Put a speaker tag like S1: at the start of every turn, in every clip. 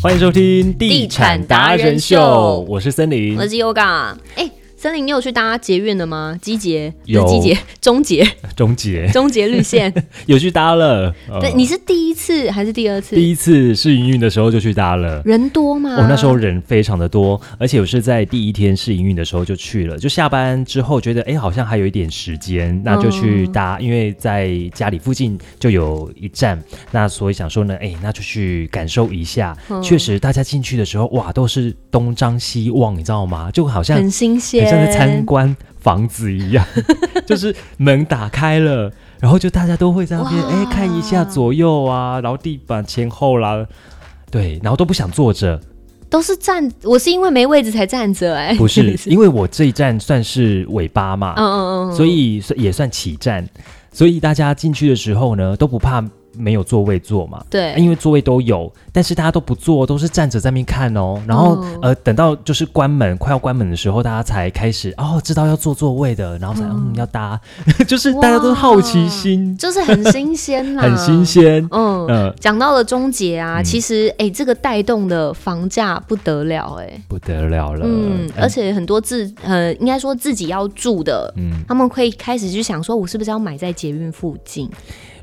S1: 欢迎收听《
S2: 地产达人秀
S1: 我是森林
S2: 我。是 Yoga。哎、森林，你有去搭捷运的吗？机捷不
S1: 有
S2: 是机捷， 中捷，
S1: 终结
S2: 中捷 绿线。
S1: 有去搭了，呃
S2: 对，你是第一次还是第二次？
S1: 第一次试营运的时候就去搭了。
S2: 人多吗？
S1: 我、那时候人非常的多，而且我是在第一天试营运的时候就去了，就下班之后觉得哎、诶好像还有一点时间，那就去搭，
S2: 嗯
S1: 因为在家里附近就有一站，那所以想说呢，哎、那就去感受一下。
S2: 嗯
S1: 确实，大家进去的时候哇，都是东张西望，你知道吗？就好像
S2: 很新鲜，
S1: 很像在哎参观房子一 样，就是门打开了，然后就大家都会在那边
S2: 哇
S1: 哎看一下左右啊，然后地板前后啦，对，然后都不想坐着，
S2: 都是站，我是因为没位置才站着哎、
S1: 不 是因为我这一站算是尾巴嘛，
S2: 嗯嗯嗯，
S1: 所以也算起站，所以大家进去的时候呢都不怕没有座位坐嘛，
S2: 对，
S1: 因为座位都有，但是大家都不坐，都是站着在那边看哦。然后、
S2: 哦
S1: 呃，等到就是关门快要关门的时候，大家才开始哦，知道要坐座位的，然后才
S2: 哦
S1: 嗯要搭， 就是大家都是好奇心，
S2: 就是很新鲜啦，
S1: 很新。鲜。
S2: 嗯，
S1: 呃，
S2: 讲到了终结啊，
S1: 嗯
S2: 其实哎、这个带动的房价不得了哎、
S1: 不得了了，
S2: 嗯，而且很多自呃，应该说自己要住的，
S1: 嗯
S2: 他们会开始去想说，我是不是要买在捷运附近？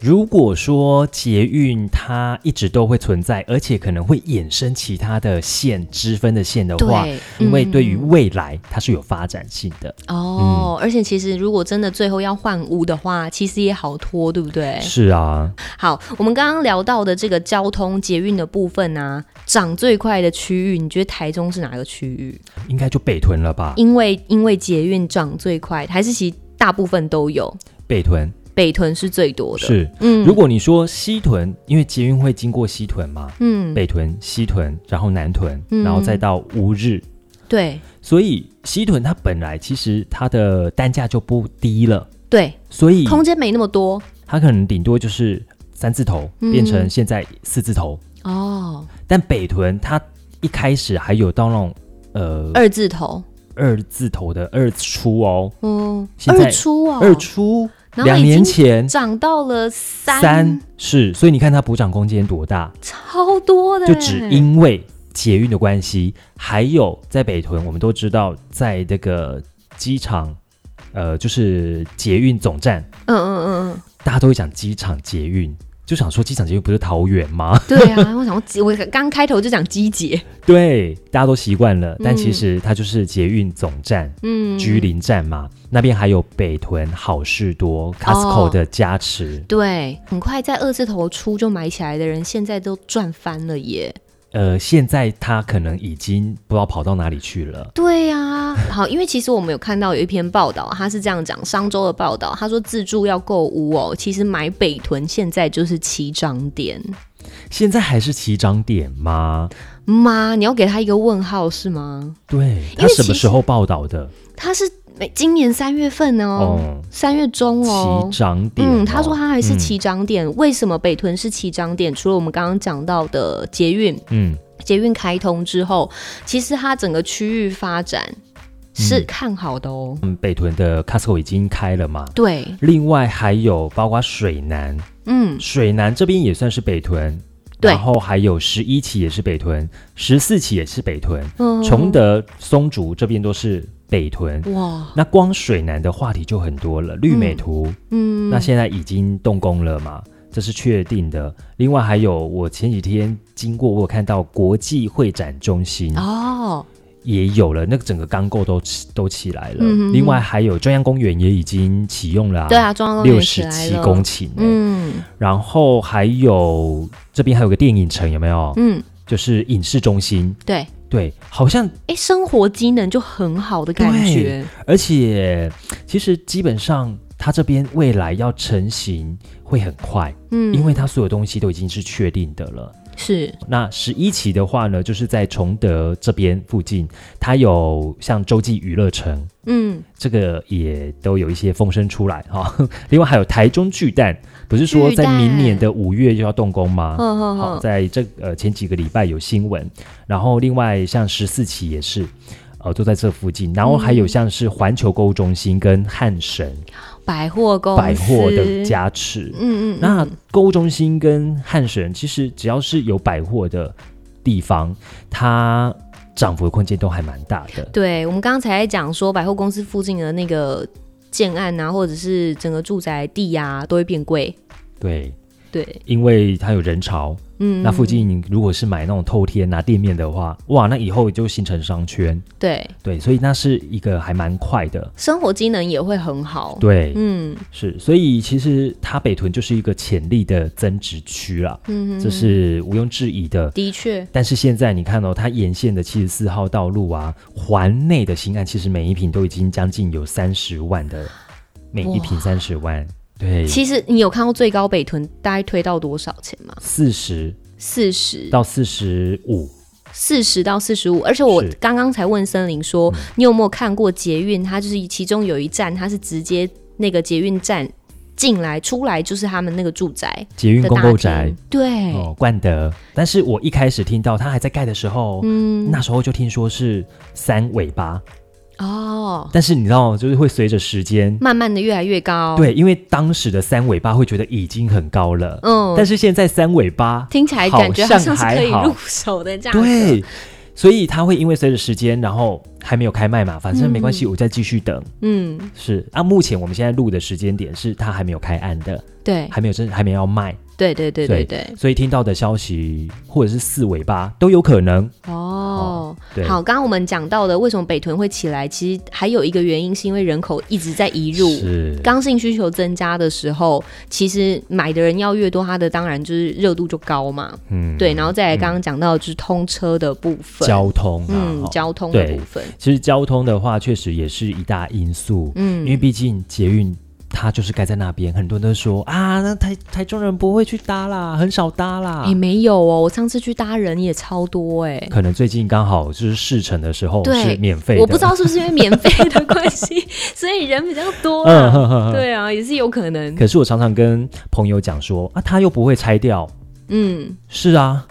S1: 如果说捷运它一直都会存在，而且可能会衍生其他的线支分的线的话，
S2: 对
S1: 因为
S2: 嗯
S1: 对于未来它是有发展性的。
S2: 哦，而且其实如果真的最后要换屋的话，其实也好拖，对不对？
S1: 是啊，
S2: 好，我们刚刚聊到的这个交通捷运的部分啊，涨最快的区域，你觉得台中是哪个区域？
S1: 应该就北屯了吧？
S2: 因为因为捷运涨最快，还是其实大部分都有，
S1: 北屯
S2: 北屯是最多的。
S1: 是，
S2: 嗯
S1: 如果你说西屯，因为捷运会经过西屯嘛，
S2: 嗯，
S1: 北屯、西屯，然后南屯，
S2: 嗯
S1: 然后再到乌日，
S2: 对
S1: 所以西屯它本来其实它的单价就不低了，
S2: 对，
S1: 所以
S2: 空间没那么多
S1: 它可能顶多就是三字头
S2: 嗯
S1: 变成现在四字头，
S2: 哦，
S1: 但北屯它一开始还有到那种呃
S2: 二字头，
S1: 二字头的二出哦，
S2: 嗯，
S1: 现在
S2: 二出哦，
S1: 二出
S2: 然后
S1: 两
S2: 已
S1: 年
S2: 经
S1: 前
S2: 涨到了三，
S1: 是，所以你看它补涨空间多大。
S2: 超多的欸，
S1: 就只因为捷运的关系，还有在北屯，我们都知道，在这个机场，呃，就是捷运总站，
S2: 嗯嗯嗯嗯，
S1: 大家都会讲机场捷运，就想说机场捷运不是桃园吗？
S2: 对啊，我想我我刚开头就讲机捷，
S1: 对，大家都习惯了，但其
S2: 嗯
S1: 实它就是捷运总站。
S2: 嗯，
S1: 居林站嘛，那边还有北屯好事多、Costco 的加持，
S2: 对，很快在二字头出就买起来的人，现在都赚翻了耶。
S1: 呃，现在它可能已经不知道跑到哪里去了。
S2: 对呀、好，因为其实我们有看到有一篇报道，他是这样讲，商周的报道，他说自助要购屋哦，其实买北屯现在就是起涨点。
S1: 现在还是起涨点吗？
S2: 妈，你要给他一个问号是吗？
S1: 对，
S2: 因
S1: 他
S2: 为
S1: 什么
S2: 其
S1: 时候报道的？
S2: 他是每今年三月份哦，
S1: 哦
S2: 三、月中哦
S1: 起。涨点、
S2: 嗯，他说他还是
S1: 嗯
S2: 起涨点。为什么北屯是起涨点？除了我们刚刚讲到的捷运，
S1: 嗯，
S2: 捷运开通之后，其实它整个区域发展是看好的哦。
S1: 嗯，北屯的 Costco 已经开了嘛。
S2: 对，
S1: 另外还有包括水南，
S2: 嗯，
S1: 水南这边也算是北屯，
S2: 对
S1: 然后还有十一期也是北屯，十四期也是北屯，
S2: 嗯
S1: 崇德、松竹这边都是北屯。
S2: 哇，
S1: 那光水南的话题就很多了，绿美图、
S2: 嗯，
S1: 那现在已经动工了嘛，这是确定的。另外还有我前几天经过，我有看到国际会展中心
S2: 哦，
S1: 也有了，那个整个钢构都起都起来了。
S2: 嗯哼哼
S1: 另外还有中央公园也已经启用了、
S2: 对，啊，中央公
S1: 六
S2: 园
S1: 十
S2: 起来
S1: 七
S2: 了
S1: 公顷、嗯，
S2: 嗯
S1: 然后还有这边还有个电影城，有没有？
S2: 嗯，
S1: 就是影视中心，
S2: 对，
S1: 对，好像
S2: 哎，生活机能就很好的感觉，
S1: 而且其实基本上它这边未来要成型会很快，
S2: 嗯，
S1: 因为它所有东西都已经是确定的了。
S2: 是
S1: 那十一期的话呢，就是在崇德这边附近，它有像洲际娱乐城，
S2: 嗯，
S1: 这个也都有一些风声出来哈、 另外还有台中巨蛋，不是说
S2: 巨
S1: 在
S2: 蛋嗯
S1: 明年的五月就要动工吗？
S2: 呵呵
S1: 好，
S2: 呵，
S1: 在这呃前几个礼拜有新闻，然后另外像十四期也是，呃都在这附近，然后还有像是环球购物中心跟汉神
S2: 百货公司，
S1: 百货的加持。
S2: 哦嗯，嗯嗯，
S1: 那购物中心跟汉神其实只要是有百货的，地方，它涨幅的空间都还蛮大的。
S2: 对，我们刚才在讲说百货公司附近的那个建案啊，或者是整个住宅地啊，都会变贵。
S1: 对，
S2: 对，
S1: 因为它有人潮，
S2: 嗯，
S1: 那附近如果是买那种透天啊、店面的话，哇，那以后就形成商圈。
S2: 对
S1: 对，所以那是一个还蛮快的。
S2: 生活机能也会很好。
S1: 对，
S2: 嗯
S1: 是，所以其实它北屯就是一个潜力的增值区啦，
S2: 嗯
S1: 这
S2: 哼，
S1: 是毋庸置疑的。
S2: 的确，
S1: 但是现在你看哦，它沿线的七十四号道路啊，环内的新案，其实每一平都已经将近有三十万的，每一平三十万，对，
S2: 其实你有看过最高北屯大概推到多少钱吗？
S1: 四十
S2: 四十
S1: 到四十五，
S2: 四十到四十五，而且我
S1: 是嗯
S2: 刚刚才问森林说，你有没有看过捷运？它就是其中有一站，它是直接那个捷运站进来出来就是他们那个住宅
S1: 捷运
S2: 的
S1: 公
S2: 大
S1: 购宅
S2: 厅。。对，
S1: 哦，冠德。但是我一开始听到它还在盖的时候，嗯，那时候就听说是三尾巴，
S2: 哦，
S1: 但是你知道，就是会随着时间，
S2: 慢慢的越来越高。，
S1: 对，因为当时的三尾巴会觉得已经很高了，
S2: 嗯，
S1: 但是现在三尾巴
S2: 听起来感觉
S1: 好
S2: 好
S1: 像
S2: 像是可以
S1: 还好
S2: 入手的价格。，
S1: 对，所以它会因为随着时间，然后还没有开卖嘛，反正没关系，我再继续等。
S2: 嗯，
S1: 是啊，目前我们现在录的时间点是它还没有开案的，
S2: 对，
S1: 还没有真还没有要卖，
S2: 对对对对对。
S1: 所以听到的消息或者是四尾巴都有可能。
S2: 哦，
S1: 对，
S2: 好，刚刚我们讲到的，为什么北屯会起来，其实还有一个原因是因为人口一直在移入。
S1: 是
S2: 刚性需求增加的时候，其实买的人要越多，它的当然就是热度就高嘛。
S1: 嗯
S2: 对，然后再来刚刚讲到的就是通车的部分，
S1: 交通啊，
S2: 嗯
S1: 哦
S2: 交通的
S1: 对
S2: 部分，
S1: 其实交通的话，确实也是一大因素，因为
S2: 嗯，
S1: 毕竟捷运它就是盖在那边，很多人都说啊，那台台中人不会去搭啦，很少搭啦。
S2: 也、没有哦，我上次去搭人也超多哎、
S1: 可能最近刚好就是试乘的时候
S2: 对
S1: 是免费的，
S2: 我不知道是不是因为免费 的关系，所以人比较多、
S1: 嗯
S2: 啊。
S1: 呵呵呵。
S2: 对啊，也是有可能。
S1: 可是我常常跟朋友讲说啊，他又不会拆掉，
S2: 嗯，
S1: 是啊，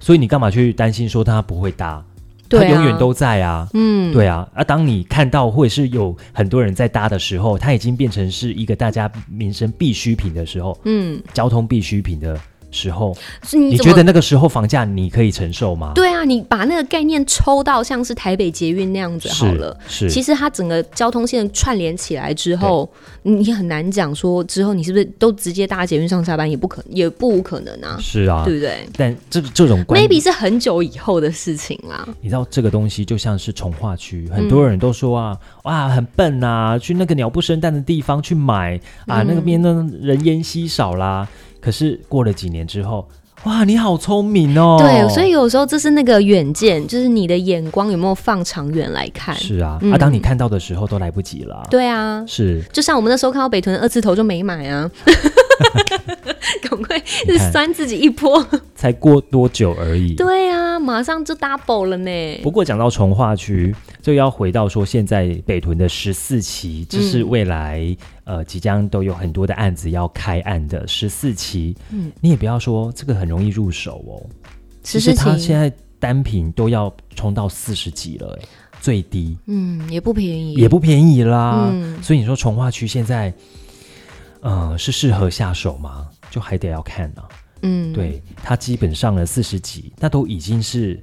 S1: 所以你干嘛去担心说他不会搭？
S2: 对啊
S1: 他永远都在啊。
S2: 嗯，
S1: 对啊，啊，当你看到或者是有很多人在搭的时候，它已经变成是一个大家民生必需品的时候，
S2: 嗯，
S1: 交通必需品的时候，
S2: 是你
S1: 你
S2: 怎
S1: 觉
S2: 么
S1: 得那个时候房价你可以承受吗？
S2: 对啊，你把那个概念抽到像是台北捷运那样子好了。
S1: 是，
S2: 其
S1: 是
S2: 实它整个交通线串联起来之后，你你很难讲说之后你是不是都直接搭捷运上下班，也不可也不无可能啊，
S1: 是啊，
S2: 对不对
S1: 但这这种观
S2: ？maybe 是很久以后的事情啦。
S1: 你知道这个东西就像是从化区，
S2: 嗯
S1: 很多人都说啊，哇，很笨呐、去那个鸟不生蛋的地方去买
S2: 嗯
S1: 啊，那个边呢人烟稀少啦。可是过了几年之后，哇，你好聪明哦，
S2: 对，所以有时候这是那个远见，就是你的眼光有没有放长远来看。
S1: 是啊，
S2: 嗯
S1: 啊，当你看到的时候都来不及了啊，
S2: 对啊，
S1: 是。
S2: 就像我们那时候看到北屯二字头就没 买啊，赶快就
S1: 哎
S2: 酸自己一波。
S1: 才过多久而已。
S2: 对啊，马上就 double 了呢。
S1: 不过讲到从化区，就要回到说现在北屯的十四期，这是未来、
S2: 嗯
S1: 呃即将都有很多的案子要开案的十四期。嗯，你也不要说这个很容易入手哦，其
S2: 十
S1: 实
S2: 四
S1: 它现
S2: 期，
S1: 在单品都要冲到四十几了、哎最低
S2: 嗯，也不便宜，
S1: 也不便宜啦。
S2: 嗯
S1: 所以你说从化区现在，呃，是适合下手吗？就还得要看啊。
S2: 嗯，
S1: 对，它基本上呢四十几，那都已经是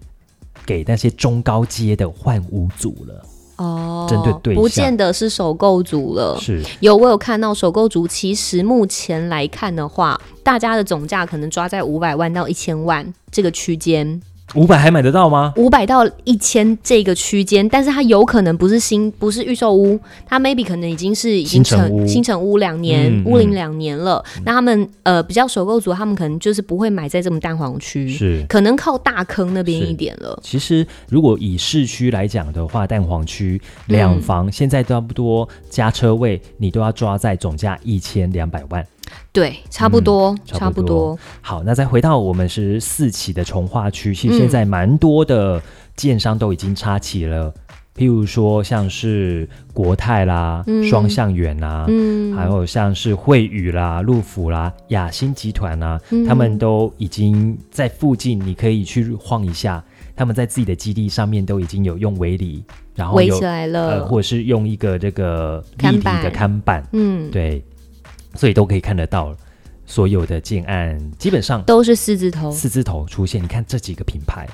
S1: 给那些中高阶的换屋族了。
S2: 哦，
S1: 针对对
S2: 不
S1: 象
S2: 见得是首购族了。
S1: 是
S2: 有，我有看到首购族，其实目前来看的话，大家的总价可能抓在五百万到一千万这个区间，
S1: 五百还买得到吗？
S2: 五百到一千这个区间，但是它有可能不是新，不是预售屋，它 maybe 可能已经是已
S1: 新
S2: 经
S1: 成屋
S2: 新城屋两年，
S1: 嗯
S2: 屋龄
S1: 嗯
S2: 两年了。那他们呃比较首购族，他们可能就是不会买在这么蛋黄区，
S1: 是。
S2: 可能靠大坑那边
S1: 是
S2: 一点了。
S1: 其实，如果以市区来讲的话，蛋黄区两
S2: 嗯
S1: 房现在差不多加车位，你都要抓在总价一千两百万。
S2: 对，差不多，
S1: 嗯差
S2: 差
S1: 不
S2: 不
S1: 多
S2: 多。
S1: 好，那再回到我们十四期的从化区，其实
S2: 嗯
S1: 现在蛮多的建商都已经插旗了，譬如说像是国泰啦、
S2: 嗯
S1: 双向啊园啦，
S2: 嗯，
S1: 还有像是惠宇啦、陆府啦、雅欣集团啦，
S2: 嗯
S1: 他们都已经在附近，你可以去晃一下。他们在自己的基地上面都已经有用围篱，然后
S2: 围
S1: 有
S2: 起来
S1: 呃，
S2: 了。
S1: 或者是用一个这个立
S2: 看
S1: 体的
S2: 板
S1: 看板，
S2: 嗯，
S1: 对，所以都可以看得到所有的建案，基本上
S2: 都是狮子头。
S1: 四字头出现。你看这几个品牌，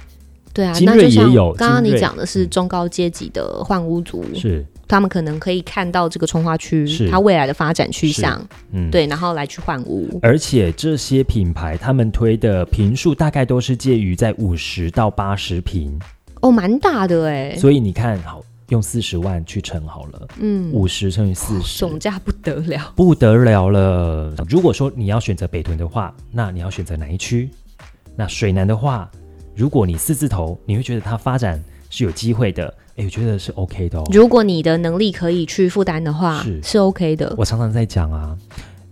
S2: 对啊，
S1: 精
S2: 那
S1: 锐
S2: 就像
S1: 也有
S2: 刚刚
S1: 精
S2: 你
S1: 锐
S2: 讲的是
S1: 嗯
S2: 中高阶级的换屋族，
S1: 是，
S2: 他们可能可以看到这个从化区
S1: 是
S2: 它未来的发展趋向，
S1: 嗯，。
S2: 对，然后来去换屋。
S1: 而且这些品牌他们推的平数大概都是介于在五十到八十平，
S2: 哦，蛮大的哎、
S1: 所以你看好用四十万去乘好了，
S2: 嗯，
S1: 五十乘以四十，
S2: 总价不得了。
S1: 不得了了。如果说你要选择北屯的话，那你要选择哪一区？那水南的话，如果你四字头，你会觉得它发展是有机会的，哎，我觉得是 OK 的哦。
S2: 如果你的能力可以去负担的话，
S1: 是
S2: 是 OK 的。
S1: 我常常在讲啊，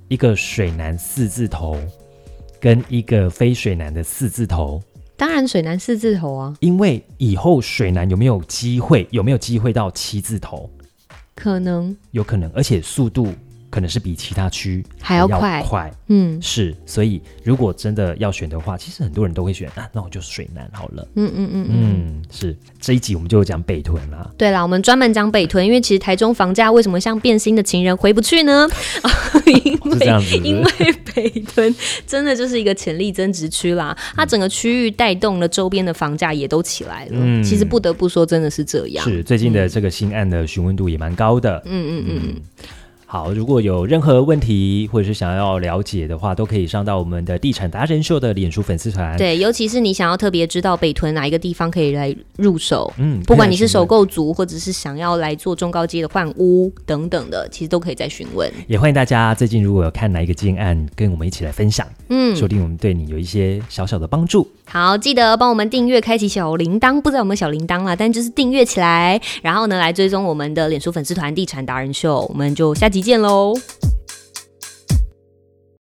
S1: 一个水南四字头跟一个非水南的四字头，
S2: 当然，水南四字头啊，
S1: 因为以后水南有没有机会，有没有机会到七字头，
S2: 可能
S1: 有可能，而且速度可能是比其他区
S2: 还要
S1: 要
S2: 快。
S1: 快
S2: 嗯
S1: 是，所以如果真的要选的话，其实很多人都会选啊，那我就水南好了。
S2: 嗯嗯嗯嗯。
S1: 嗯，是这一集我们就讲北屯啦。
S2: 对啦，我们专门讲北屯，因为其实台中房价为什么像变心的情人回不去呢？ 因
S1: 哦是这样啊子是
S2: 为
S1: 不是
S2: 因为北屯真的就是一个潜力增值区啦，它整个区域带动了周边的房价也都起来了。
S1: 嗯
S2: 其实不得不说，真的是这样。
S1: 是最近的这个新案的询问度也蛮高的。
S2: 嗯嗯嗯嗯，
S1: 好，如果有任何问题或者是想要了解的话，都可以上到我们的地产达人秀的脸书粉丝团。，
S2: 对，尤其是你想要特别知道北屯哪一个地方可以来入手，
S1: 嗯
S2: 不管你
S1: 可
S2: 是
S1: 以来询
S2: 首
S1: 问
S2: 购族或者是想要来做中高阶的换屋等等的，其实都可以再询问。
S1: 也欢迎大家最近如果有看哪一个建案，跟我们一起来分享，
S2: 嗯，
S1: 说不定我们对你有一些小小的帮助。
S2: 好，记得帮我们订阅、开启小铃铛，不知道有没有小铃铛啦，但就是订阅起来，然后呢来追踪我们的脸书粉丝团“地产达人秀”，我们就下集见喽。